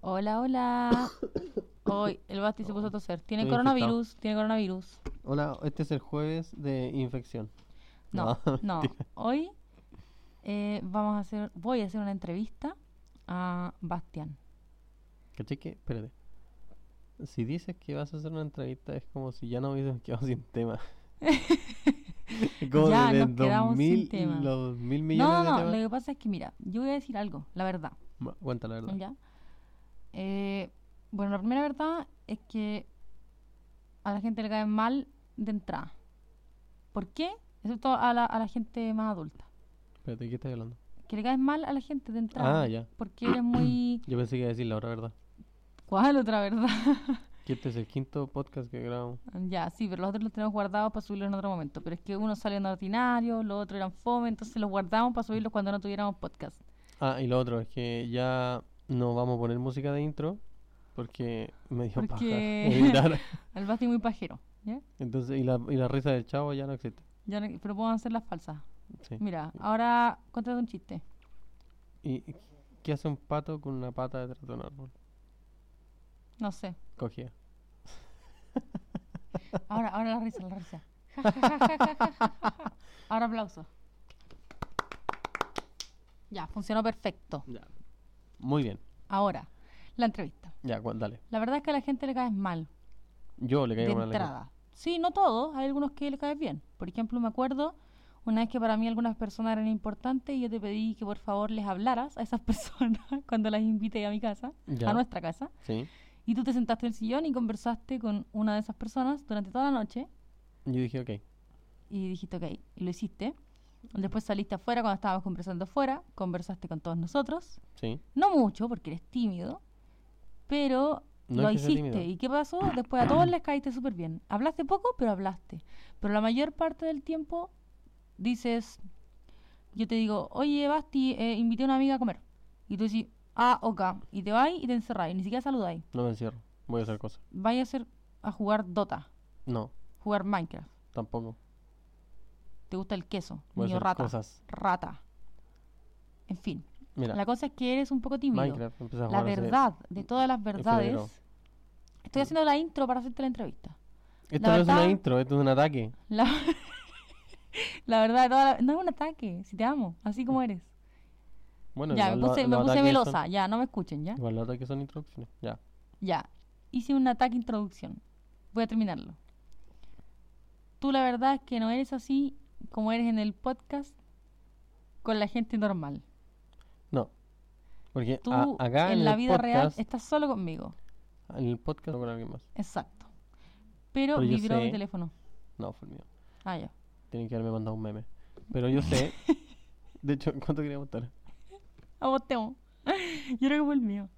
Hola, hola. Hoy el Basti se puso a toser. Tiene Estoy coronavirus, tiene coronavirus. Hola, este es el jueves de infección. Ah, No, No, no. mentira. Hoy eh, vamos a hacer, voy a hacer una entrevista a Bastián. ¿Cachai que? Espérate. Si dices que vas a hacer una entrevista es como si ya no hubiésemos quedado sin tema. Es como Ya, desde nos quedamos sin 2000 tema. los mil No, millones no, no. de Lo temas. que pasa es que, mira, yo voy a decir algo, la verdad. Ma- Cuenta la verdad. ¿Ya? Eh, bueno, la primera verdad es que a la gente le cae mal de entrada. ¿Por qué? Excepto a la, a la gente más adulta. Espérate, ¿de qué estás hablando? Que le caes mal a la gente de entrada. Ah, ya. Porque eres muy... Yo pensé que iba a decir la otra verdad. ¿Cuál otra verdad? Que este es el quinto podcast que grabamos. ya, sí, pero los otros los tenemos guardados para subirlos en otro momento. Pero es que uno salió en ordinario, los otros eran fome, entonces los guardamos para subirlos cuando no tuviéramos podcast. Ah, y lo otro es que ya no vamos a poner música de intro porque me dio paja Porque- editar. El Basti muy pajero, ¿ya? Entonces, y la, y la risa del chavo ya no existe. Ya no- pero puedo hacer las falsas. Sí. Mira, ahora cuéntate un chiste. ¿Y qué hace un pato con una pata detrás de un árbol? No sé. Cogía. Ahora, ahora la risa, la risa. Ja, ja, ja, ja, ja, ja, ja, ja. ahora aplauso. Ya, funcionó perfecto. Ya. Muy bien. Ahora, la entrevista. Ya, cu- dale. La verdad es que a la gente le caes mal Yo le de caigo mal a la entrada. Sí, no todos, hay algunos que le caes bien. Por ejemplo, me acuerdo una vez que para mí algunas personas eran importantes y yo te pedí que por favor les hablaras a esas personas cuando las invité a mi casa, Ya. a nuestra casa. gente. Sí. Y tú te sentaste en el sillón y conversaste con una de esas personas durante toda la noche. Y Yo dije, ok. y dijiste ok, y lo hiciste. Después saliste afuera cuando estábamos conversando afuera, conversaste con todos nosotros, Sí. no mucho porque eres tímido, pero No lo es que sea hiciste. tímido. ¿Y qué pasó? Después a todos les caíste súper bien. Hablaste poco, pero hablaste. Pero la mayor parte del tiempo dices, yo te digo, oye Basti, eh, invité a una amiga a comer. Y tú decís, ah, ok, y te vas y te encerráis, ni siquiera saludáis. No me encierro. Voy a hacer cosas. Vais a hacer a jugar Dota, No, jugar Minecraft. tampoco. Te gusta el queso, Voy niño a hacer rata. cosas. rata. En fin, Mira, la cosa es que eres un poco tímido. Minecraft. Empecé a la jugar hace- verdad, de todas las febrero. verdades. Estoy haciendo la intro para hacerte la entrevista. la Esto no es verdad- una intro, esto es un ataque. La, la verdad, de todas las- no es un ataque, si te amo, así como eres. Bueno, ya, igual me lo- puse, me los puse ataques son- melosa, ¿eh? ya, no me escuchen, ya. Igual los ataques son introducciones. Ya. Ya, hice un ataque introducción. Voy a terminarlo. Tú la verdad es que no eres así como eres en el podcast con la gente normal. No. Porque Tú a- Ah, acá en, en, la el vida real podcast- estás solo conmigo. En el podcast o con alguien más. Exacto. Pero, Pero yo vibró mi sé- teléfono. No, fue el mío. Ah, ya. Tienen que haberme mandado un meme. Pero yo sé. de hecho, ¿cuánto quería votar? A vos te amo. Yo creo que fue el mío.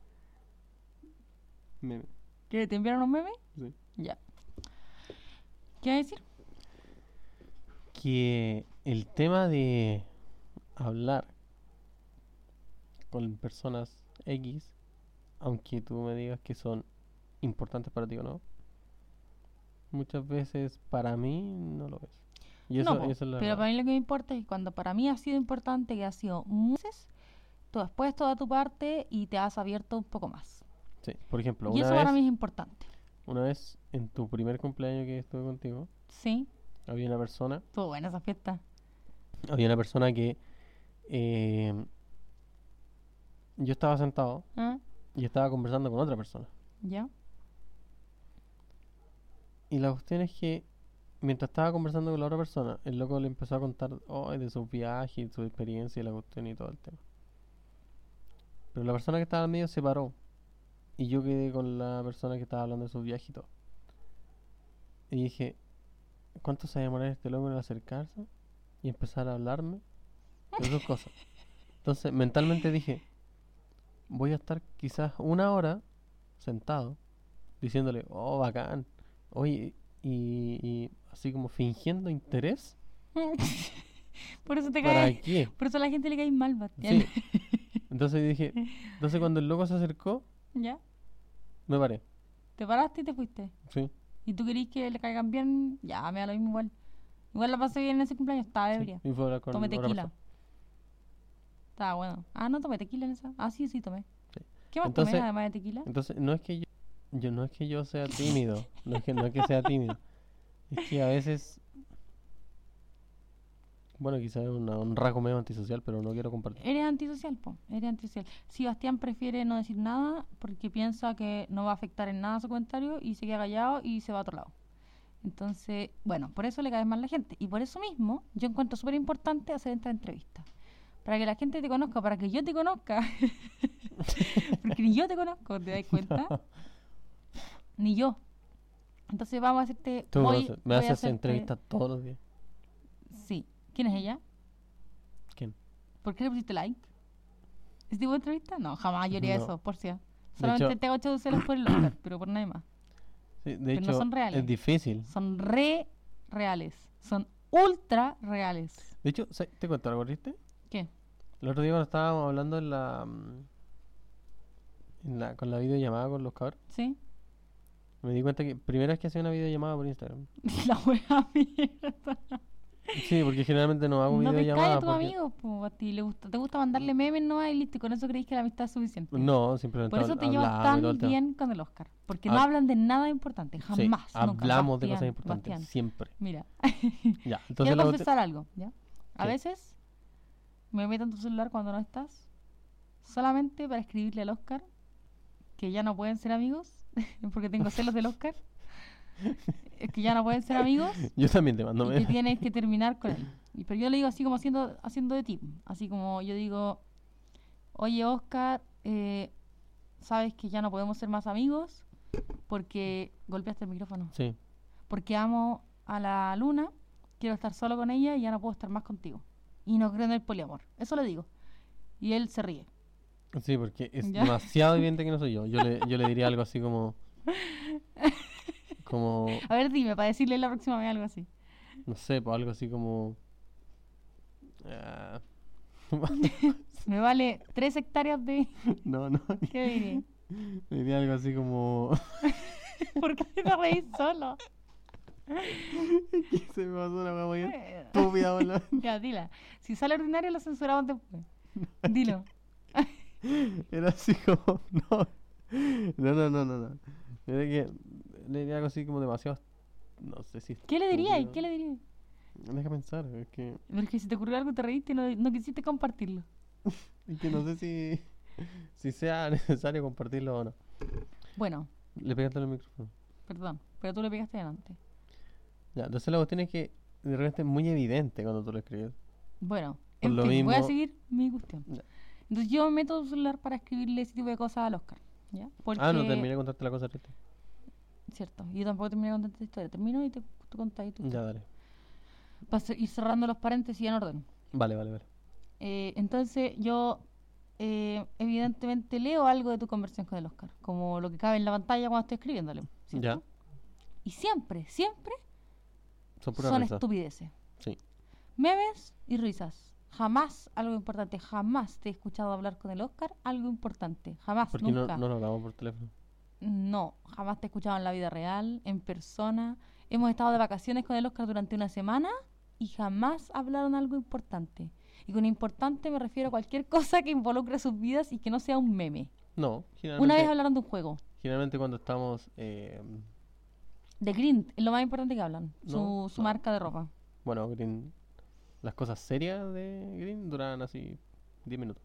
Meme. ¿Qué? ¿Te enviaron un meme? Sí. Ya. ¿Qué iba a decir? que el tema de hablar con personas X, aunque tú me digas que son importantes para ti o no, muchas veces para mí no lo es. Y eso, no, po, eso es la pero verdad. para mí lo que me importa es que cuando para mí ha sido importante, que ha sido meses, tú has puesto a tu parte y te has abierto un poco más. Sí, por ejemplo, y una eso vez, para mí es importante. una vez en tu primer cumpleaños que estuve contigo, Sí, había una persona, estuvo buena esa fiesta. había una persona que eh, yo estaba sentado ¿Ah? y estaba conversando con otra persona. ¿Ya? Y la cuestión es que mientras estaba conversando con la otra persona, el loco le empezó a contar oh, de sus viajes y su experiencia y la cuestión y todo el tema. Pero la persona que estaba al medio se paró. Y yo quedé con la persona que estaba hablando de sus viajes y todo. Y dije, ¿cuánto se va a demorar este loco en acercarse y empezar a hablarme? De sus cosas. Entonces, mentalmente dije, voy a estar quizás una hora sentado diciéndole, oh, bacán, Oye, y, y así como fingiendo interés. Por eso te ¿Para caes. qué? Por eso a la gente le cae mal, Bastián. Sí. Entonces dije, entonces cuando el loco se acercó, ¿Ya? me paré. Te paraste y te fuiste. Sí. y tú querís que le caigan bien, ya me da lo mismo igual. Igual la pasé bien en ese cumpleaños, estaba sí. ebria. Y fue a hablar con tomé otra tequila. persona. Estaba bueno. Ah, no tomé tequila en esa. Ah, sí, sí, tomé. Sí. ¿Qué más Entonces- comes además de tequila? Entonces, no es que yo, yo- no es que yo sea tímido, no es que no es que sea tímido. Es que a veces bueno, quizás es una- un rasgo medio antisocial, pero no quiero compartir. Eres antisocial, po. Eres antisocial. Si Bastián prefiere no decir nada porque piensa que no va a afectar en nada su comentario y se queda callado y se va a otro lado. Entonces, bueno, por eso le cae mal la gente. Y por eso mismo, yo encuentro súper importante hacer esta entrevista. Para que la gente te conozca, para que yo te conozca. porque ni yo te conozco, ¿te das cuenta? Ni yo. Entonces vamos a hacerte... Tú voy- conoces- voy me a haces hacerte- entrevistas todos los días. Sí. ¿Quién es ella? ¿Quién? ¿Por qué le pusiste like? ¿Es tipo de entrevista? No, jamás yo haría No. eso, por si. a- De Solamente hecho- te hago ocho celos por el Oscar, pero por nada más. Sí, de Pero no hecho, son reales. es difícil. Son re reales. Son ultra reales. De hecho, ¿sabes- ¿te cuento algo triste? ¿Qué? El otro día cuando estábamos hablando en la, mm, en la con la videollamada con los cabros, ¿Sí? me di cuenta que primera vez que hacía una videollamada por Instagram. La wea mierda. Sí, porque generalmente no hago No te videollamada. cae a tus porque- amigos, po, a ti. Le gusta, te gusta mandarle memes nomás y listo. y Con eso creéis que la amistad es suficiente. No, simplemente Por eso habl- te llevas hablamos y todo tan el tema. bien con el Oscar. Porque no Hab- hablan de nada importante. Sí, Jamás. nunca. hablamos de cosas Bastián, importantes, Bastián. siempre. Mira. Ya, entonces la Quiero cuestión- confesar algo, ¿ya? A ¿Qué? veces me meto en tu celular cuando no estás, solamente para escribirle al Oscar que ya no pueden ser amigos, porque tengo celos del Oscar, eh, que ya no pueden ser amigos Yo también te mando y que mensajes. tienes que terminar con él. Y- Pero yo le digo así como haciendo, haciendo de tip, así como yo digo, oye Oscar, eh, sabes que ya no podemos ser más amigos porque golpeaste el micrófono Sí, porque amo a la luna, quiero estar solo con ella y ya no puedo estar más contigo. Y no creo en el poliamor. Eso le digo. Y él se ríe. sí, porque es Ya. demasiado evidente que no soy yo. Yo le, yo le diría algo así como... Como... A ver, dime, para decirle la próxima vez algo así. No sé, pues algo así como... ah, Me vale tres hectáreas de... no, no. ¿Qué diré? Le diría algo así como... ¿Por qué te reís solo? que se me pasó una hueá muy Eh. estúpida, boludo. ya, dila. Si sale ordinario, lo censuramos después. Dilo. Era así como... No. No, no, no, no. no. Era que... Le diría algo así como demasiado... No sé si... ¿Qué le dirías? estúpido. ¿Qué le dirías? Deja pensar, es que, Pero es que si te ocurrió algo, te reíste y no, no quisiste compartirlo. es que no sé si, si sea necesario compartirlo o no. Bueno, Le pegaste el micrófono. perdón, pero tú le pegaste delante. Ya, entonces la cuestión es que de repente es muy evidente cuando tú lo escribes. Bueno, Por en lo fin, voy a mismo- seguir mi cuestión. Ya. Entonces yo me meto su celular para escribirle ese tipo de cosas al Oscar. ¿ya? Porque, Ah, no terminé de contarte la cosa triste. Cierto, yo tampoco terminé de contar esta historia. Termino y te, tú contás y tú. Ya, dale. Para cer- ir cerrando los paréntesis en orden. Vale, vale, vale. Eh, entonces yo eh, evidentemente leo algo de tu conversación con el Oscar, como lo que cabe en la pantalla cuando estoy escribiéndole. ¿cierto? Ya. Y siempre, siempre Son puras son risas. estupideces. Sí. Memes y risas. Jamás algo importante. Jamás te he escuchado hablar con el Oscar algo importante. Jamás, Porque no, nunca. no lo hablamos por teléfono. No, jamás te he escuchado en la vida real, en persona. Hemos estado de vacaciones con el Oscar durante una semana y jamás hablaron algo importante. Y con importante me refiero a cualquier cosa que involucre sus vidas y que no sea un meme. No, Una generalmente, vez hablaron de un juego, generalmente cuando estamos... eh, de Grind, es lo más importante que hablan, No, su, su no. marca de ropa. bueno, Green... Las cosas serias de Green duran así 10 minutos.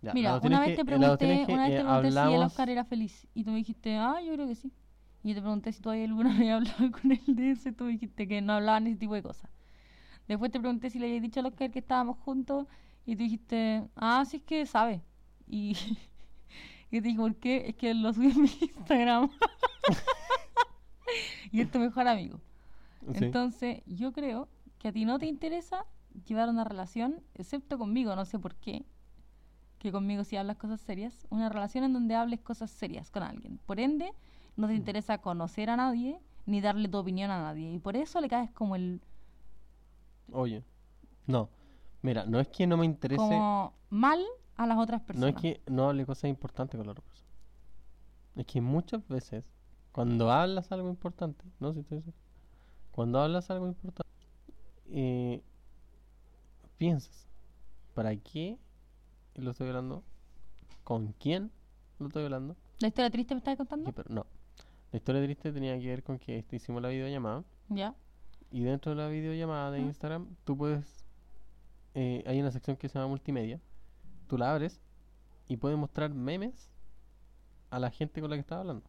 Ya, la Mira, cuestión una es vez, que- te eh, la cuestión pregunté, es que, una vez eh, te pregunté si el hablamos- Oscar era feliz y tú me dijiste, ah, yo creo que sí. Y yo te pregunté si tú habías alguna vez hablado con él de eso y tú me dijiste que no hablaban ese tipo de cosas. Después te pregunté si le habías dicho al Oscar que estábamos juntos y tú dijiste, ah, sí es que sabe. Y, y te dije, ¿por qué? Es que lo subí en mi Instagram. y es tu mejor amigo. Sí. Entonces, yo creo que a ti no te interesa llevar una relación, excepto conmigo, no sé por qué, que conmigo sí hablas cosas serias, una relación en donde hables cosas serias con alguien. Por ende, no Mm. te interesa conocer a nadie ni darle tu opinión a nadie. Y por eso le caes como el Oye, no. Mira, no es que no me interese, como mal a las otras no personas. es que no hable cosas importantes con la otra persona. Es que muchas veces, cuando hablas algo importante, no si estoy seguro, cuando hablas algo importante, eh, piensas, ¿para qué lo estoy hablando con quién lo estoy hablando. ¿La historia triste me estás contando? Dije, pero no. La historia triste tenía que ver con que este, hicimos la videollamada. Ya. Y dentro de la videollamada de Mm. Instagram, tú puedes. eh, hay una sección que se llama multimedia. Tú la abres y puedes mostrar memes a la gente con la que estás hablando.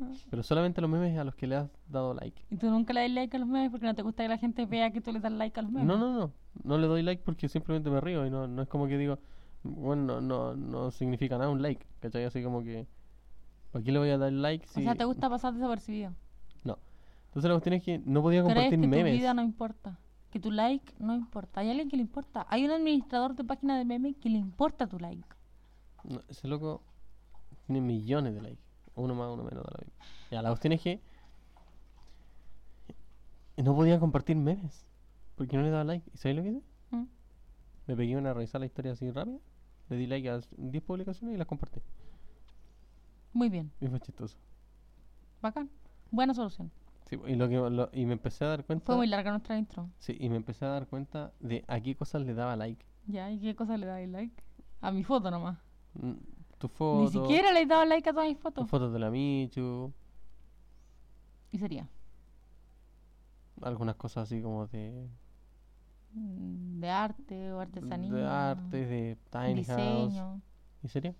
Ah. Pero solamente los memes a los que le has dado like. ¿Y tú nunca le das like a los memes porque no te gusta que la gente vea que tú le das like a los memes? No, no, no. No le doy like porque simplemente me río y no, no es como que digo, bueno, no, no, no significa nada un like. ¿Cachai? Así como que. ¿Por qué le voy a dar like si.? O sea, te gusta pasar desapercibido. Entonces la cuestión es que no podía Crees que compartir tu memes. vida no importa. Que tu like no importa. Hay alguien que le importa. Hay un administrador de página de memes que le importa tu like. No, ese loco tiene millones de likes. Uno más, uno menos. da lo mismo. Ya, la cuestión es que no podía compartir memes. Porque no le daba like. ¿Y sabes lo que hice? ¿Mm? Me pegué una revisar la historia así rápida. Le di like a 10 publicaciones y las compartí. Muy bien. Y fue chistoso. Bacán. Buena solución. Sí, y, lo que, lo- y me empecé a dar cuenta. Fue muy larga nuestra intro. Sí, y me empecé a dar cuenta de a qué cosas le daba like. Ya, ¿y qué cosa le dais like? A mi foto nomás. Mm, Tu foto. Ni siquiera le he dado like a todas mis tus fotos. fotos de la Michu. Y sería Algunas cosas así como de. mm, de arte o artesanía. De arte, de tiny house. diseño. ¿En serio?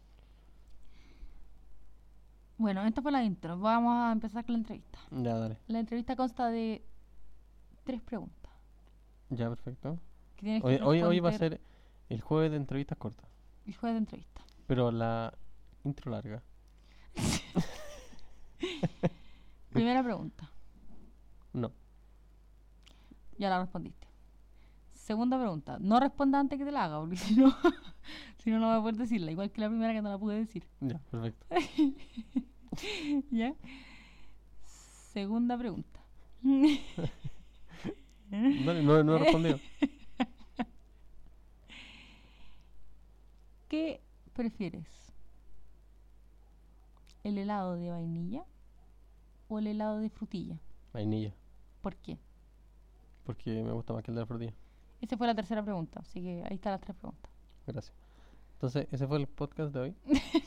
Bueno, esta fue la intro. Vamos a empezar con la entrevista. Ya, dale. La entrevista consta de tres preguntas. Ya, perfecto. que tienes que Hoy, hoy, hoy va a responder ser el jueves de entrevistas cortas, el jueves de entrevista. pero la intro larga. Primera pregunta. No. Ya la respondiste. Segunda pregunta. No responda antes que te la haga, porque si no, si no, no voy a poder decirla. Igual que la primera que no la pude decir. Ya, perfecto. ¿Ya? Segunda pregunta. Dale, no, no he respondido. ¿Qué prefieres? ¿El helado de vainilla o el helado de frutilla? Vainilla, ¿Por qué? porque me gusta más que el de la frutilla. Esa fue la tercera pregunta, así que ahí están las tres preguntas. Gracias. Entonces, ese fue el podcast de hoy.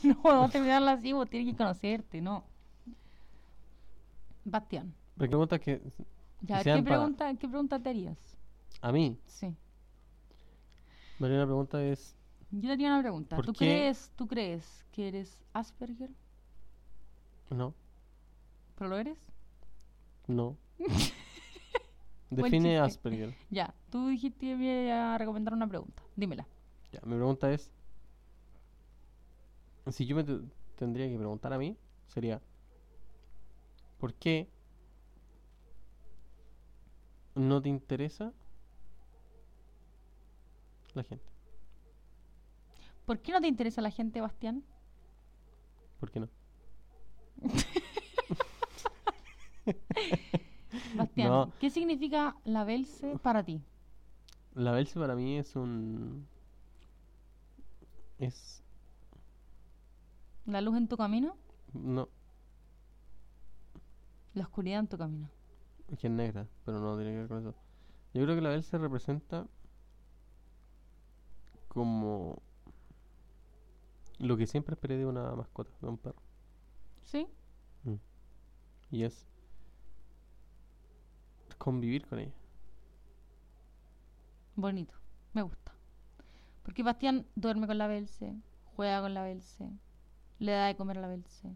no, vamos a terminarla así, vos tienes que conocerte, no. Bastián, Me pregunta que ya, ¿qué, Que sean para- pregunta, ¿qué pregunta te harías? a mí, Sí. me haría una pregunta es, Yo te haría una pregunta. ¿Por ¿Tú qué? crees, ¿Tú crees que eres Asperger? no, ¿Pero lo eres? no. Buen Define chiste. Asperger. Ya, tú dijiste que me iba a recomendar una pregunta. Dímela. Ya, mi pregunta es, si yo me tu- tendría que preguntar a mí, sería, ¿por qué no te interesa la gente? ¿Por qué no te interesa la gente, Bastián? ¿Por qué no? Bastián, No. ¿qué significa la Belce para ti? La Belce para mí es un... Es... ¿La luz en tu camino? No, ¿La oscuridad en tu camino? es que es negra, pero no tiene que ver con eso. Yo creo que la Belce representa como lo que siempre esperé de una mascota, de un perro. ¿Sí? Y es convivir con ella. Bonito. Me gusta. Porque Bastián duerme con la Belce, juega con la Belce, le da de comer a la Belce,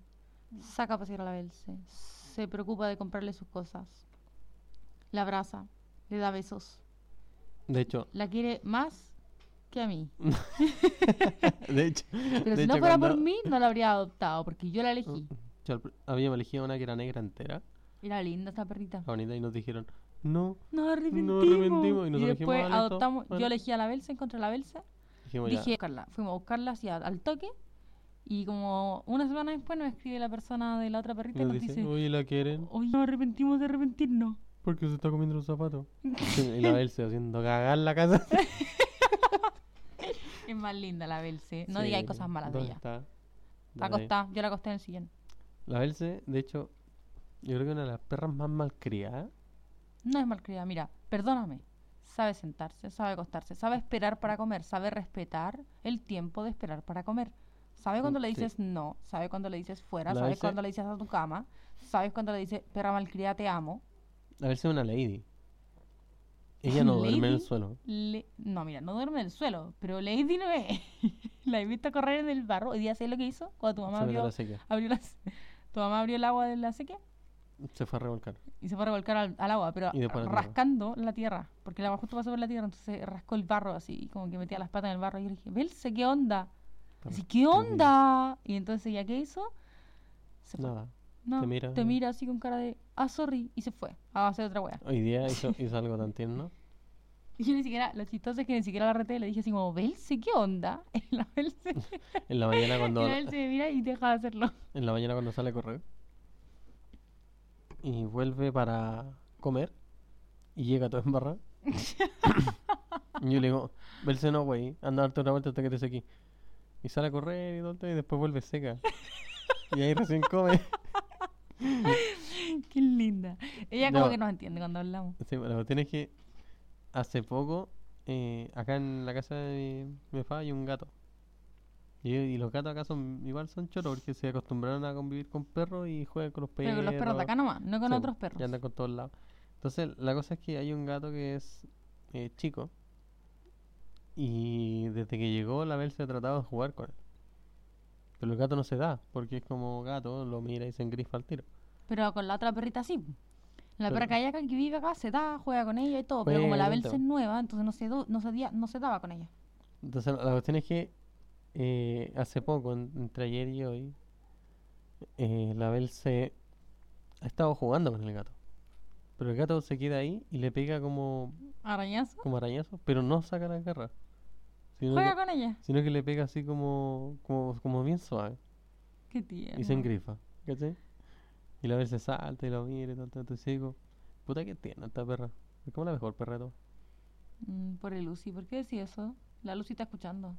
saca a pasear a la Belce, se preocupa de comprarle sus cosas, la abraza, le da besos. De hecho, La quiere más que a mí. de hecho, Pero de si hecho, no fuera cuando- Oh. por mí, no la habría adoptado, porque yo la elegí. yo al pr- habíamos elegido una que era negra entera, Era linda esta perrita. la bonita, y nos dijeron, no, Nos arrepentimos. Ah. arrepentimos, y Y, nosotros dijimos, después "Vale, esto, adoptamos. bueno". Yo elegí a la Belsa en contra de la Belsa. dijimos ya, Dije, buscarla. Fuimos a buscarla así a- al toque. Y como una semana después nos escribe la persona de la otra y perrita y nos nos dicen, dice: oye, la quieren Hoy nos arrepentimos de arrepentirnos. porque se está comiendo los zapatos. y la Belce haciendo cagar la casa. Es más linda la Belce. No Sí, digáis cosas malas de ¿dónde ella. está? Está ¿Dónde? acostada. Yo la acosté en el sillón. La Belce, de hecho, yo creo que una de las perras más malcriadas. No es malcriada. Mira, perdóname. Sabe sentarse, sabe acostarse, sabe esperar para comer, sabe respetar el tiempo de esperar para comer. Sabe cuando le Sí. dices no, sabe cuando le dices fuera, La sabe veces- cuando le dices a tu cama, sabes cuando le dices perra malcriada te amo. A ver si es una lady. Ella no duerme en el Lady. suelo. Le- No, mira, no duerme en el suelo, pero Lady no es. la he visto correr en el barro. Hoy día, ¿sabes lo que hizo? Cuando tu mamá Se metió a abrió, la sequía. abrió las- tu mamá abrió el agua de la sequía Se fue a revolcar. y se fue a revolcar al, al agua, pero Y después a la tierra. rascando la tierra, porque el agua justo pasó por la tierra, entonces rascó el barro así, y como que metía las patas en el barro. Y yo le dije, Belce, ¿qué onda? Para Así, ¿qué onda? Y entonces, ¿ya qué hizo? Se fue. Nada. No, Te mira. te mira así con cara de, ah, sorry, y se fue a hacer otra wea. Hoy día hizo, hizo algo tan tierno. Y yo ni siquiera, lo chistoso es que ni siquiera la reté, le dije así como, Belce, ¿qué onda? Y la Belce, En la mañana cuando, y la Belce me mira y deja de hacerlo. en la mañana cuando sale a correr. Y vuelve para comer. Y llega todo embarrado. y yo le digo, Belce no, güey. Anda a darte una vuelta hasta que te sequí. Y sale a correr y todo el tema, y después vuelve seca. Y ahí recién come. qué linda. Ella como No. que nos entiende cuando hablamos. Sí, bueno, la cuestión es que hace poco, eh, acá en la casa de mi, mi papá hay un gato. Y, y los gatos acá son igual son choros porque se acostumbraron a convivir con perros y juegan con los perros. Pero con los perros de acá nomás, no con Sí, otros po, perros. Y andan con todos lados. Entonces, la cosa es que hay un gato que es eh, chico. Y desde que llegó, la Bel se ha tratado de jugar con él. Pero el gato no se da, porque es como gato, lo mira y se engrifa al tiro. Pero con la otra perrita sí. La perra Pero- que hay acá que vive acá se da, juega con ella y todo, pero como la Juega y Belce todo. es nueva, entonces no se, do- no, se día- no se daba con ella. Entonces, la cuestión es que eh, hace poco, en- entre ayer y hoy, eh, la Bel se ha estado jugando con el gato. Pero el gato se queda ahí y le pega como, Arañazo, como arañazo, pero no saca la garra. Sino juega que- con ella. sino que le pega así como, como, como bien suave Qué tierno. y se engrifa, ¿cachai? Y la vez se salta y lo mira y todo, todo, todo, y digo, puta que tiene esta perra, es como la mejor perra de todas. Mm, por el Lucy, ¿por qué decís eso? La Lucy está escuchando.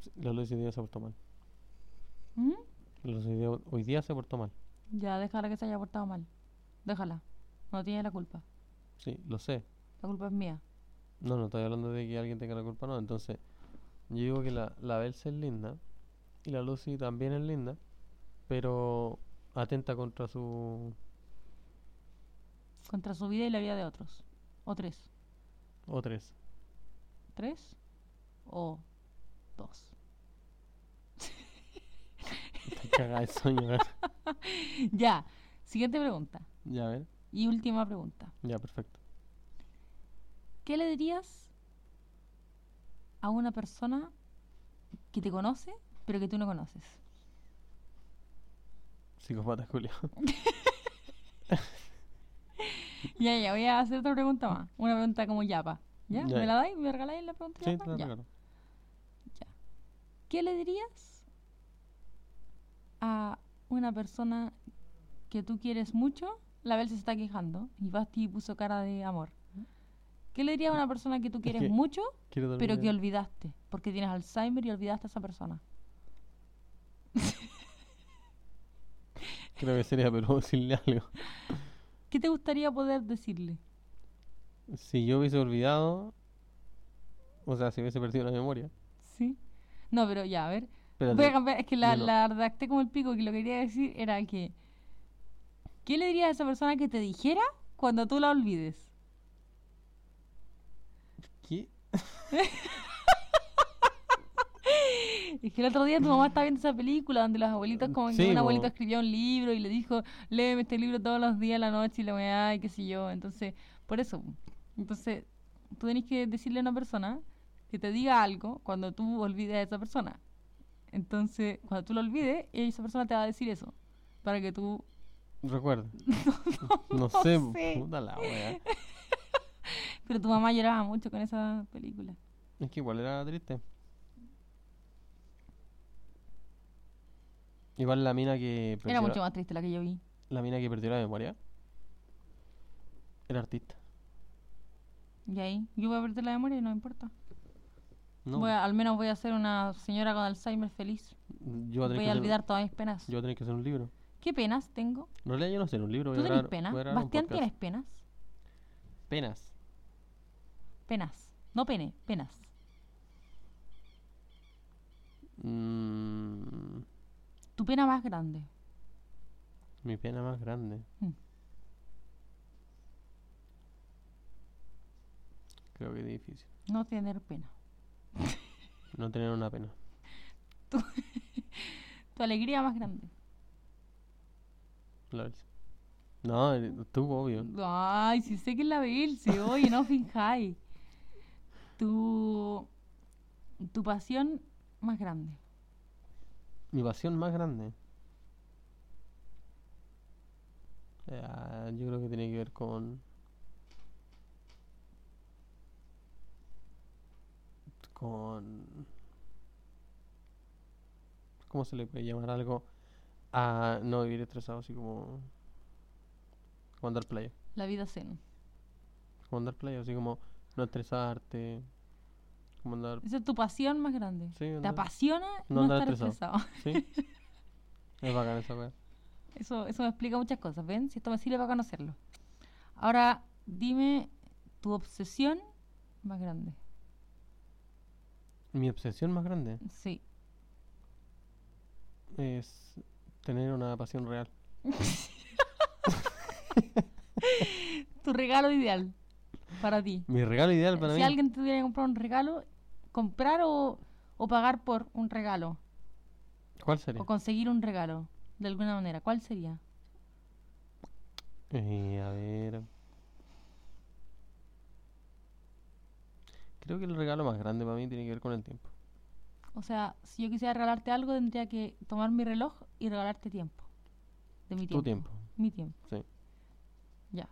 Sí, La Lucy hoy día se portó mal, ¿Mm? la Lucy hoy día, hoy día se portó mal, Ya, déjala que se haya portado mal. Déjala. No tiene la culpa. sí, lo sé. La culpa es mía. No, no estoy hablando de que alguien tenga la culpa, no, entonces, yo digo que la, la Belsa es linda y la Lucy también es linda, pero atenta contra su Contra su vida y la vida de otros. O tres. o tres. ¿Tres? O dos. Está cagada de sueño, ¿verdad? ya. Siguiente pregunta. ya, a ver, Y última pregunta. ya, perfecto. ¿Qué le dirías a una persona que te conoce, pero que tú no conoces? Psicópata, Julio. Ya, ya, voy a hacer otra pregunta más. Una pregunta como yapa. ¿Ya? Ya, ¿Me ya. la dais? ¿Me regaláis la pregunta Sí, yapa? te la Ya. regalo. ¿Qué le dirías a una persona que tú quieres mucho? La Bel se está quejando y Basti puso cara de amor. ¿Qué le dirías a una persona que tú quieres que- mucho, Quiero pero que terminar. olvidaste? Porque tienes Alzheimer y olvidaste a esa persona. Creo que sería pero decirle algo. ¿Qué te gustaría poder decirle? Si yo hubiese olvidado, o sea, si hubiese perdido la memoria. ¿Sí? No, pero ya, a ver. Espérate, Voy a cambiar, es que la, no, no. la redacté como el pico, que lo que quería decir era que... ¿Qué le dirías a esa persona que te dijera cuando tú la olvides? ¿qué? Es que el otro día tu mamá estaba viendo esa película donde los abuelitos, como que Sí, un po. abuelito escribía un libro y le dijo, léeme este libro todos los días, la noche y la weá, y qué sé yo. Entonces, por eso. Entonces, tú tenés que decirle a una persona que te diga algo cuando tú olvides a esa persona. Entonces, cuando tú lo olvides, esa persona te va a decir eso. Para que tú. Recuerda. No, no sé, sé. puta la wea. Pero tu mamá lloraba mucho con esa película. Es que igual era triste. Igual la mina que perdió, Era la- mucho más triste la que yo vi. la mina que perdió la memoria era artista. Y ahí, yo voy a perder la memoria y no me importa. No, Voy a- al menos voy a ser una señora con Alzheimer feliz. yo voy a tener Voy que a hacer- olvidar todas mis penas. yo voy a tener que hacer un libro. ¿Qué penas tengo? En realidad yo no sé, un libro voy ¿Tú a tenés grabar- penas? voy a grabar un Bastián, podcast. ¿tienes penas? Penas. Penas. No pene, penas. Mm, Tu pena más grande. mi pena más grande. Mm. Creo que es difícil. No tener pena. No tener una pena. Tu alegría más grande. La Belce. No, eh, tú, obvio. Ay, si sé que es la Belce, oye, no finjáis. Tu, tu pasión más grande. Mi pasión más grande. Ah, yo creo que tiene que ver con. Con. ¿Cómo se le puede llamar algo? A no vivir estresado, así como. Como andar playa. La vida zen. Como andar playa, así como no estresarte. Como andar. Esa es tu pasión más grande. Sí, Te andar. apasiona no no, andar estar estresado. estresado. Sí. es bacán esa wea. Eso, eso me explica muchas cosas, ¿ven? Si esto me sirve para conocerlo. Ahora, dime tu obsesión más grande. Mi obsesión más grande. Sí. es tener una pasión real. Tu regalo ideal para ti. Mi regalo ideal para si mí. alguien te tuviera que comprar un regalo, comprar o, o pagar por un regalo, ¿Cuál sería? o conseguir un regalo, de alguna manera, ¿cuál sería? Eh, a ver. Creo que el regalo más grande para mí tiene que ver con el tiempo. O sea, si yo quisiera regalarte algo, tendría que tomar mi reloj y regalarte tiempo. De mi tiempo. Tu tiempo, Mi tiempo. sí. Ya.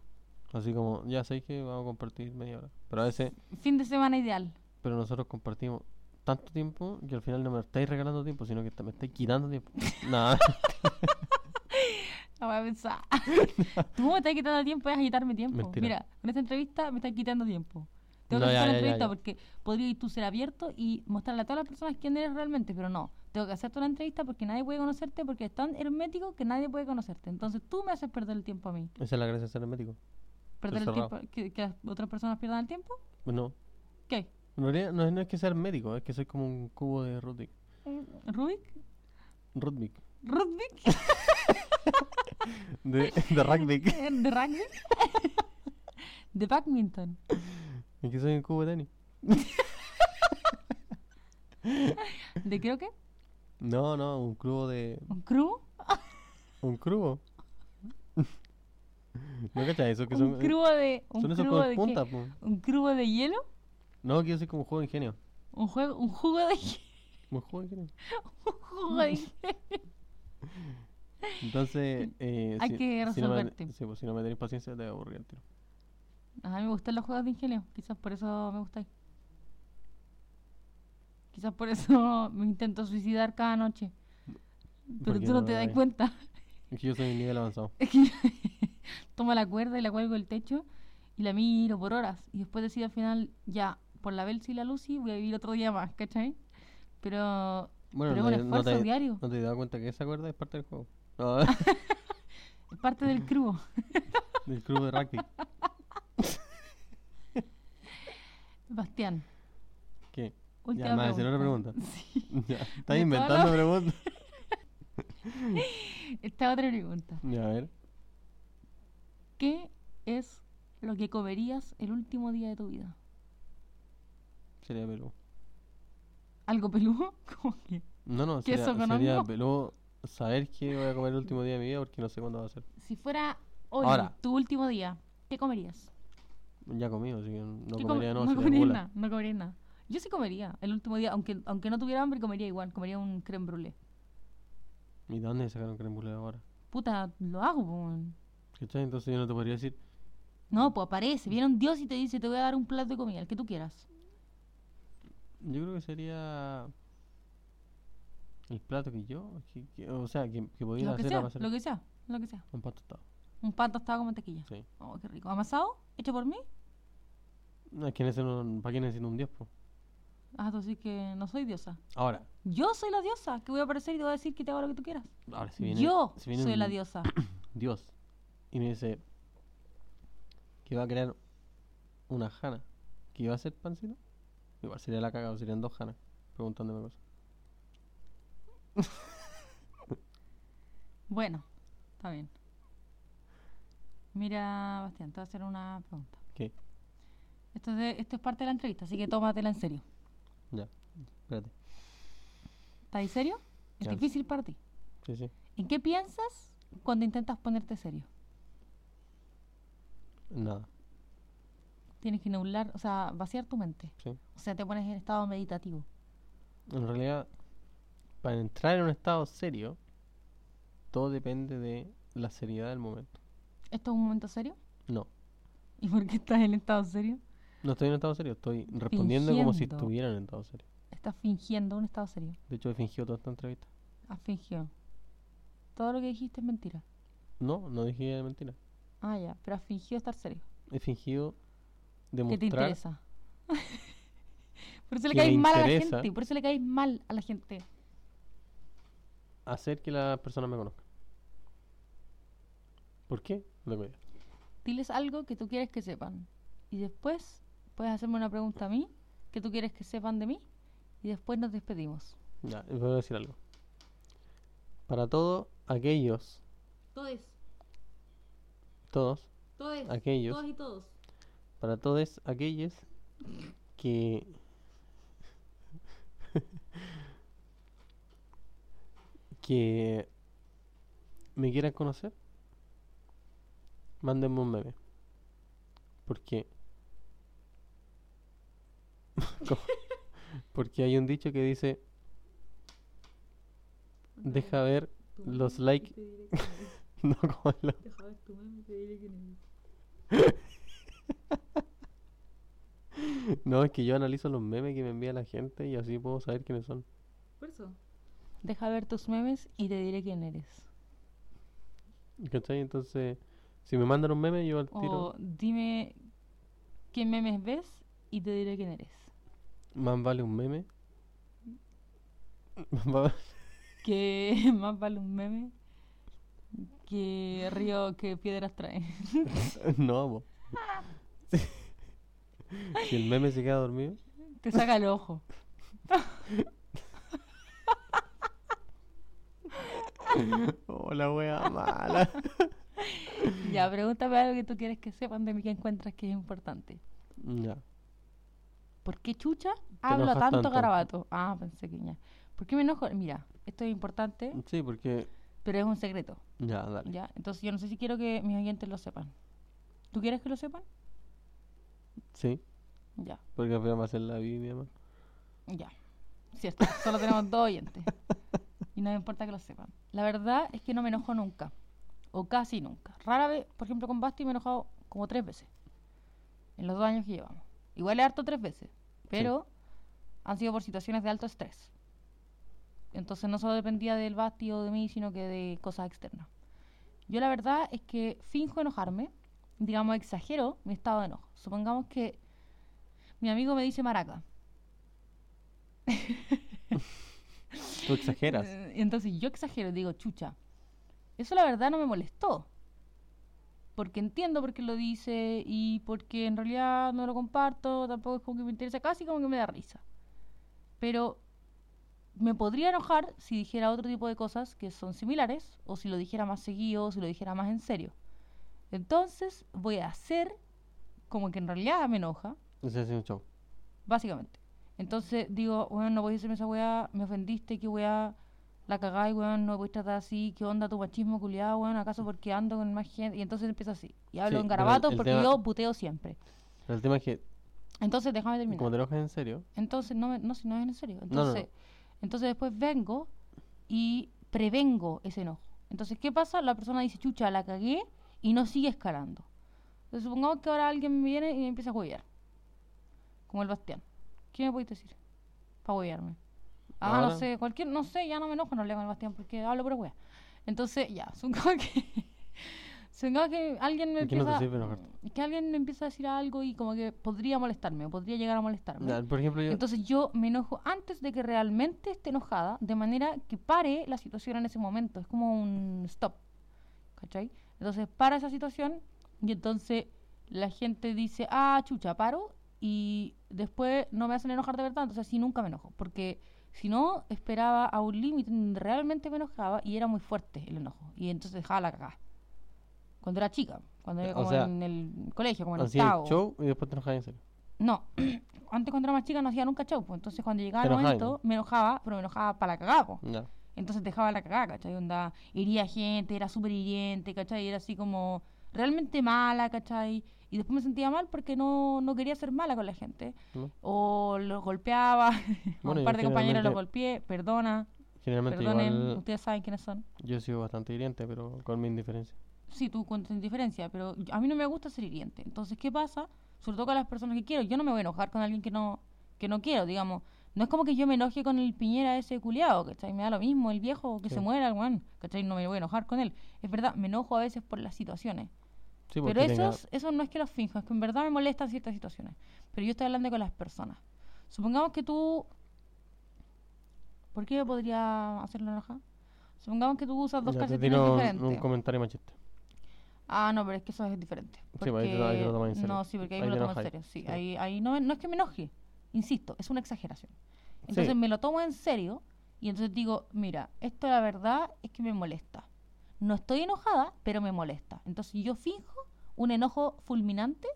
Así como, ya sé que vamos a compartir media hora. Pero a veces, Fin de semana ideal. pero nosotros compartimos tanto tiempo que al final no me estáis regalando tiempo, sino que te- me estáis quitando tiempo. Nada. La voy a pensar. Tú me estás quitando tiempo, es quitarme tiempo. Mentira. Mira, con esta entrevista me estás quitando tiempo. Tengo No, que ya, hacer una ya, ya, entrevista ya. porque podría tú ser abierto y mostrarle a todas las personas quién eres realmente, pero no. Tengo que hacerte una entrevista porque nadie puede conocerte, porque es tan hermético que nadie puede conocerte. Entonces tú me haces perder el tiempo a mí. Esa es la gracia de ser hermético. Perder el cerrado. tiempo, que, que las otras personas pierdan el tiempo. No, ¿Qué? en realidad no, es- no es que sea hermético, es que soy como un cubo de Rubik. ¿Rubik? Rubik. ¿Rubik? De, de rugby. ¿De rugby? ¿De badminton? Es que soy un cubo de tenis. ¿De creo que? No, no, un cubo de. ¿Un crew? Un cubo. ¿No cachas eso? Que ¿Un son, eh, crew de...? ¿Un son esos crew con de qué? punta, po. ¿Un cubo de hielo? No, que yo soy como un juego de ingenio. ¿Un, juego, un jugo de hielo? Un juego de ingenio. ¿Un jugo de hielo? Entonces, eh, Hay si, que si no me- resolverte. sí, pues, si no me tenéis paciencia, te voy a aburrir el tiro. A mí me gustan los juegos de ingenio, quizás por eso me gustáis. Quizás por eso me intento suicidar cada noche. Pero qué tú no no te das hay? cuenta. Es que yo soy de nivel avanzado. Es que tomo la cuerda y la cuelgo del techo y la miro por horas. Y después decido al final, ya, por la Belsi y la Lucy voy a vivir otro día más, ¿cachai? Pero, Bueno, pero es te- un esfuerzo te, diario. no te has dado cuenta que esa cuerda es parte del juego. No, Es parte del crudo. del club de rugby. Bastián, ¿Qué? última ya, más de otra pregunta. pregunta. Sí. Ya, estás De inventando todas preguntas. Esta otra pregunta. Ya, a ver. ¿Qué es lo que comerías el último día de tu vida? Sería Perú. ¿Algo peludo? ¿Cómo que? No, no, ¿Queso sería, con sería hongo? peludo saber qué voy a comer el último día de mi vida porque no sé cuándo va a ser. Si fuera hoy Ahora. tu último día, ¿qué comerías? Ya comí, así que no ¿Qué comería, come- no, no sería comerías gula. nada, no comerías nada. Yo sí comería el último día, aunque, aunque no tuviera hambre, comería igual, comería un creme brulee. ¿Y de dónde sacaron creme brulee ahora? Puta, lo hago, po, weón. ¿Cachai? Entonces yo no te podría decir, No, pues aparece, viene un dios y te dice, te voy a dar un plato de comida, el que tú quieras. yo creo que sería el plato que yo, que- que- o sea, que, que podía Lo que hacer sea, para hacer lo que sea, lo que sea. un pan tostado. Un pan tostado con mantequilla. Sí. Oh, qué rico. ¿Amasado? ¿Hecho por mí? No, es que en ese no- ¿Para quién necesito un 10? po? Ah, tú sí que no soy diosa. Ahora, Yo soy la diosa, que voy a aparecer y te voy a decir que te hago lo que tú quieras. ahora si viene, Yo si viene soy la un diosa. Dios y me dice que va a crear una jana, que iba a hacer pancito, igual sería la cagada, serían dos janas preguntándome cosas. Bueno, está bien. Mira, Bastián, te voy a hacer una pregunta. ¿Qué? Esto es, de- esto es parte de la entrevista, así que tómatela en serio. Ya. Espérate. ¿Estás en serio? Es Ya. difícil para ti. Sí, sí. ¿En qué piensas cuando intentas ponerte serio? Nada. Tienes que nublar, o sea, vaciar tu mente. Sí. O sea, te pones en estado meditativo. En realidad, para entrar en un estado serio, todo depende de la seriedad del momento. ¿Esto es un momento serio? No, ¿Y por qué estás en estado serio? no estoy en un estado serio, estoy respondiendo como si Fingiendo. estuviera en un estado serio. Estás fingiendo un estado serio. De hecho, he fingido toda esta entrevista. Has fingido. Todo lo que dijiste es mentira. No, no dije mentira. Ah, ya, pero has fingido estar serio. He fingido ¿Qué te demostrar interesa? por eso le que me caes mal a la interesa. gente. Por eso le caes mal a la gente. hacer que las personas me conozcan. ¿Por qué? No tengo idea. Diles algo que tú quieres que sepan. Y después puedes hacerme una pregunta a mí que tú quieres que sepan de mí. Y después nos despedimos. Ya, les voy a decir algo. Para todos aquellos, Todes, todos, todes, Aquellos. todas y todos. para todos aquellos que que me quieran conocer mándenme un meme porque ¿Cómo? porque hay un dicho que dice deja ver los likes no como lo- Deja ver tu mami te diré quién es. no es que yo analizo los memes que me envía la gente y así puedo saber quiénes son Por eso. Deja ver tus memes y te diré quién eres. ¿Cachai? Entonces, si me mandan un meme, yo al tiro. O dime qué memes ves y te diré quién eres. Más vale un meme. Más va- Que más vale un meme que río que piedras trae. no, po. si el meme se queda dormido, Te saca el ojo. oh, la wea mala. Ya, pregúntame algo que tú quieres que sepan de mí que encuentras que es importante. ya, ¿Por qué chucha hablo enojas tanto, tanto. garabato? Ah, pensé que ya. ¿Por qué me enojo? Mira, esto es importante, sí, porque. pero es un secreto. Ya, dale. ¿Ya? Entonces yo no sé si quiero que mis oyentes lo sepan. ¿Tú quieres que lo sepan? Sí, Ya, porque apenas va a ser la Biblia, man. ya. Cierto, solo tenemos dos oyentes. Y no me importa que lo sepan. La verdad es que no me enojo nunca. O casi nunca. Rara vez, por ejemplo, con Basti me he enojado como tres veces. En los dos años que llevamos. Igual he harto tres veces. Pero han sido por situaciones de alto estrés. Entonces no solo dependía del Basti o de mí, sino que de cosas externas. Yo la verdad es que finjo enojarme, digamos exagero mi estado de enojo. Supongamos que mi amigo me dice maraca. Tú exageras. Eh, Entonces yo exagero, digo, chucha. Eso la verdad no me molestó. Porque entiendo por qué lo dice y porque en realidad no lo comparto, tampoco es como que me interesa, casi como que me da risa. Pero me podría enojar si dijera otro tipo de cosas que son similares, o si lo dijera más seguido, o si lo dijera más en serio. Entonces voy a hacer como que en realidad me enoja, O sea, es un show. Básicamente. Entonces digo, weón, no voy a decirme esa weá, me ofendiste, que weá, la cagáis, weón, no me podéis tratar así, qué onda tu machismo culiado, weón, acaso porque ando con más gente. Y entonces empiezo así. Y hablo en Sí, pero el- garabatos el porque tema- yo puteo siempre. Pero el tema es que, Entonces déjame terminar. como te enojas en serio, Entonces, no, me- no, si no es en serio. No, no, no. Entonces, entonces después vengo y prevengo ese enojo. Entonces, ¿qué pasa? La persona dice, chucha, la cagué y no sigue escalando. Entonces, supongamos que ahora alguien viene y me empieza a huevear. Como el Bastián. ¿Qué me podéis decir? Para huevearme. Ah, Ahora- no sé, cualquier, no sé, ya no me enojo, no hablé con el Bastián porque hablo por hueá. Entonces, ya, supongamos que... supongamos que alguien me ¿Por qué no te empieza... sirve enojarte? que alguien me empieza a decir algo y como que podría molestarme, o podría llegar a molestarme. ya, por ejemplo, yo. Entonces yo me enojo antes de que realmente esté enojada, de manera que pare la situación en ese momento. Es como un stop. ¿Cachai? Entonces para esa situación y entonces la gente dice, ah, chucha, paro y después no me hacen enojar de verdad. Entonces así nunca me enojo, porque Si no, esperaba a un límite donde realmente me enojaba y era muy fuerte el enojo. Y entonces dejaba la cagada. Cuando era chica, cuando Eh, O era como sea, en el colegio, como en Así el octavo. show y después te enojas en serio. No, antes cuando era más chica no hacía nunca show, pues, entonces cuando llegaba el Te enojabas, momento me enojaba, pero me enojaba para la cagada, po. Ya. entonces dejaba la cagada, ¿cachai? Onda, hería gente, era súper hiriente, ¿cachai? Era así como realmente mala, ¿cachai? Y después me sentía mal porque no, no quería ser mala con la gente. ¿no? O los golpeaba, a un Bueno, yo par de compañeros los generalmente- golpeé, perdona, Generalmente perdonen, igual ustedes saben quiénes son. yo he sido bastante hiriente, pero con mi indiferencia. Sí, tú con tu indiferencia, pero yo- a mí no me gusta ser hiriente. Entonces, ¿qué pasa? Sobre todo con las personas que quiero. Yo no me voy a enojar con alguien que no, que no quiero, digamos. No es como que yo me enoje con el piñera ese culiado, ¿cachai? Me da lo mismo el viejo que Sí. se muera, el weón, ¿cachai? No me voy a enojar con él. Es verdad, me enojo a veces por las situaciones. Sí, Pero porque tenga- esos, eso no es que los finjo, es que en verdad me molestan ciertas situaciones. Pero yo estoy hablando con las personas. Supongamos que tú... ¿Por qué yo podría hacerlo enojar? Supongamos que tú usas dos ya te calcetines tiro un- diferentes. un, comentario machista. Ah, no, pero es que eso es diferente. Sí, pues ahí te lo- ahí te porque- lo tomas en serio. No, sí, porque ahí, Ahí me te lo tomo en enojas. serio. Sí, Sí. ahí, ahí no, no es que me enoje, insisto, es una exageración. Entonces me lo tomo en serio y entonces digo, mira, esto la verdad es que me molesta. No estoy enojada, pero me molesta. Entonces yo finjo un enojo fulminante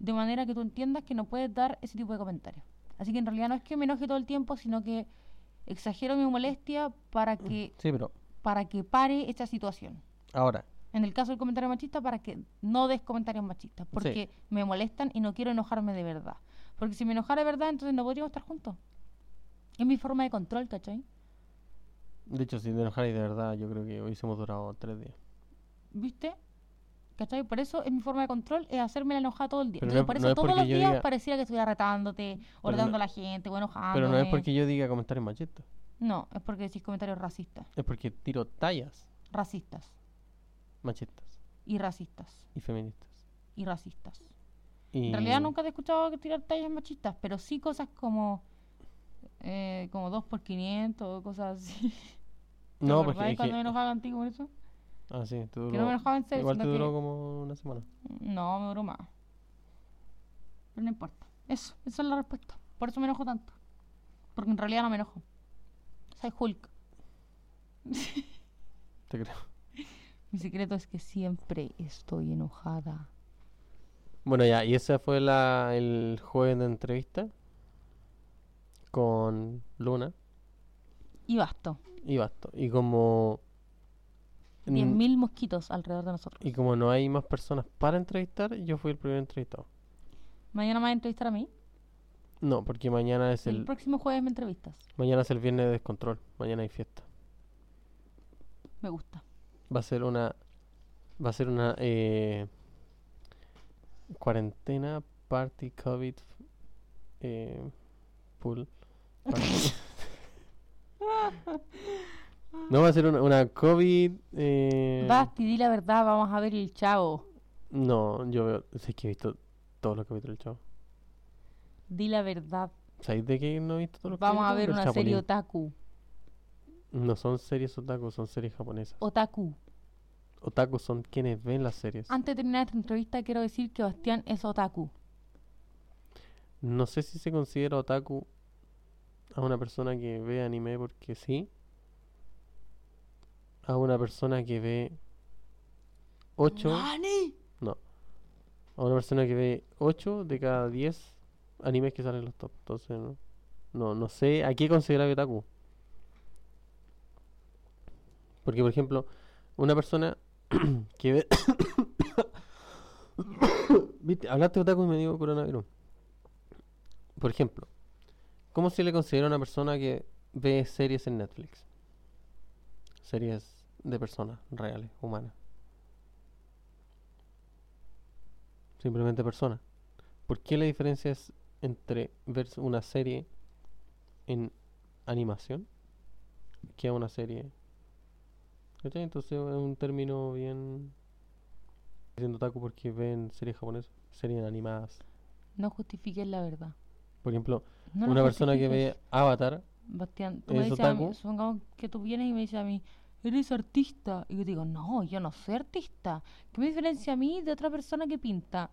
de manera que tú entiendas que no puedes dar ese tipo de comentarios. Así que en realidad no es que me enoje todo el tiempo, sino que exagero mi molestia para que, Sí, pero para que pare esta situación ahora, en el caso del comentario machista, para que no des comentarios machistas, porque me molestan y no quiero enojarme de verdad. Porque si me enojara de verdad, entonces no podríamos estar juntos. Es mi forma de control, ¿cachai? de hecho, si te enojarais de verdad, yo creo que hubiésemos durado tres días. ¿Viste? ¿Cachai? Por eso es mi forma de control, es hacerme la enojada todo el día. Pero Entonces, no- por no eso es todos porque los yo días diga- pareciera que estuviera retándote, o no- retando a la gente, o enojándome. Pero no es porque yo diga comentarios machistas, No, es porque decís comentarios racistas. es porque tiro tallas Racistas. machistas Y racistas. y feministas. Y racistas. Y En realidad nunca te he escuchado que tirar tallas machistas, pero sí cosas como eh, como 2 por 500 o cosas así. ¿Te No, acordás porque es cuando me que- enojaba contigo por eso? Ah, sí, te duró. Que no me enojaba en serio, Igual te sino que- duró como una semana. No, me duró más. Pero no importa. Eso, esa es la respuesta. Por eso me enojo tanto. Porque en realidad no me enojo. Soy Hulk. Te creo. Mi secreto es que siempre estoy enojada. Bueno, ya, y ese fue la, el jueves de entrevista con Luna Y basto. y Basto. Y como. n- 10.000 mosquitos alrededor de nosotros. Mm. Y como no hay más personas para entrevistar, yo fui el primer entrevistado. Mañana me vas a entrevistar a mí. No, porque mañana es El el. próximo jueves me entrevistas. Mañana es el viernes de descontrol. Mañana hay fiesta. Me gusta. Va a ser una. Va a ser una. eh, cuarentena, party, COVID, eh, pool. party. no, va a ser una, una COVID. eh, Basti, di la verdad, vamos a ver el chavo. No, yo veo. Sé que he visto todos los capítulos del chavo. Di la verdad. ¿Sabéis de qué no he visto todos los Vamos a ver capítulos? una Del serie Chapulín. otaku. No son series otaku, son series japonesas. Otaku. Otaku son quienes ven las series. Antes de terminar esta entrevista, quiero decir que Bastián es otaku. No sé si se considera otaku a una persona que ve anime porque sí. A una persona que ve 8. No. A una persona que ve 8 de cada 10 animes que salen en los top. Entonces no. No, no sé a qué considerar otaku. Porque por ejemplo, una persona que ve Viste, hablaste de otaku y me digo coronavirus. Por ejemplo, ¿cómo se le considera a una persona que ve series en Netflix? Series de personas reales, humanas. Simplemente personas. ¿Por qué la diferencia es entre ver una serie en animación que una serie? ¿Cachai? Entonces es un término bien... Diciendo otaku porque ven series japonesas, series animadas. No justifiques la verdad. Por ejemplo, No la una persona que justifiques. ve Avatar, Bastián, tú me es dices a mí- otaku. supongamos que tú vienes y me dices a mí, eres artista. Y yo digo, no, yo no soy artista. ¿Qué me diferencia a mí de otra persona que pinta?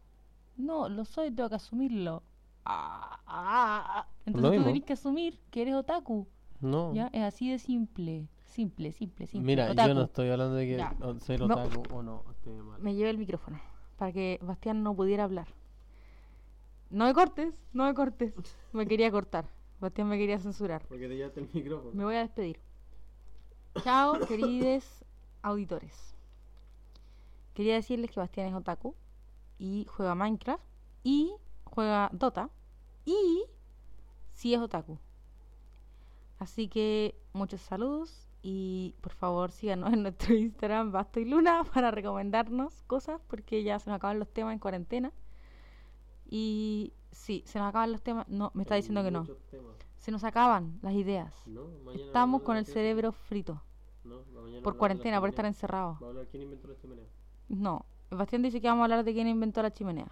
No, lo soy, tengo que asumirlo. Ah, ah, ah. Entonces tú mismo. tenés que asumir que eres otaku. No. ¿Ya? Es así de simple. Simple, simple, simple. Mira, Otaku. yo no estoy hablando de que Ya. o- ser No. otaku o no, estoy mal. Me llevé el micrófono para que Bastián no pudiera hablar. No me cortes, no me cortes. Me quería cortar. Bastián me quería censurar. Porque te llevaste el micrófono. Me voy a despedir. Chao, queridos auditores. Quería decirles que Bastián es otaku y juega Minecraft y juega Dota y sí es otaku. Así que muchos saludos y por favor síganos en nuestro Instagram Basto y Luna para recomendarnos cosas porque ya se nos acaban los temas en cuarentena. Y sí, se nos acaban los temas. No, me está diciendo que no. Se nos acaban las ideas. Estamos con el cerebro frito. Por cuarentena, por estar encerrados. a hablar quién inventó la chimenea. No. Bastián dice que vamos a hablar de quién inventó la chimenea.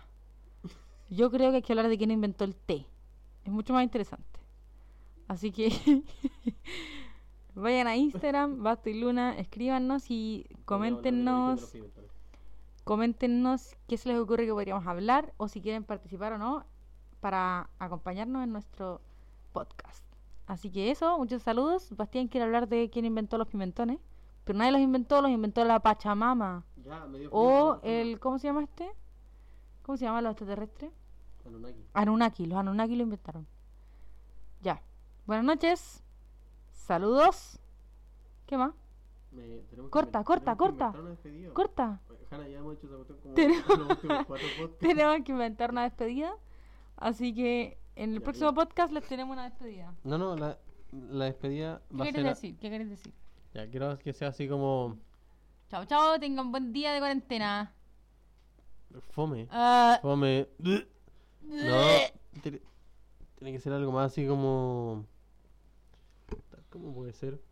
Yo creo que hay que hablar de quién inventó el té. Es mucho más interesante. Así que vayan a Instagram, Basto y Luna, escríbanos y coméntenos, coméntenos qué se les ocurre que podríamos hablar o si quieren participar o no para acompañarnos en nuestro podcast. Así que eso, muchos saludos. Bastián quiere hablar de quién inventó los pimentones, pero nadie los inventó, los inventó la Pachamama. O el, ¿cómo se llama este? ¿Cómo se llama los extraterrestres? Anunnaki, los Anunnaki lo inventaron. Ya. Buenas noches. Saludos. ¿Qué más? Corta, corta, corta. Corta. Jana, ya hemos hecho esa cuestión como Tenemos- en los últimos cuatro podcasts. Tenemos que inventar una despedida. Así que en el Ya, próximo ya. podcast les tenemos una despedida. No, no, la, la despedida ¿Qué va a quieres ser. a- decir? ¿Qué quieres decir? Ya, quiero que sea así como. Chao, chao. Tengan buen día de cuarentena. Fome. Ah, Fome. No. Tiene, tiene que ser algo más así como. ¿Cómo puede ser?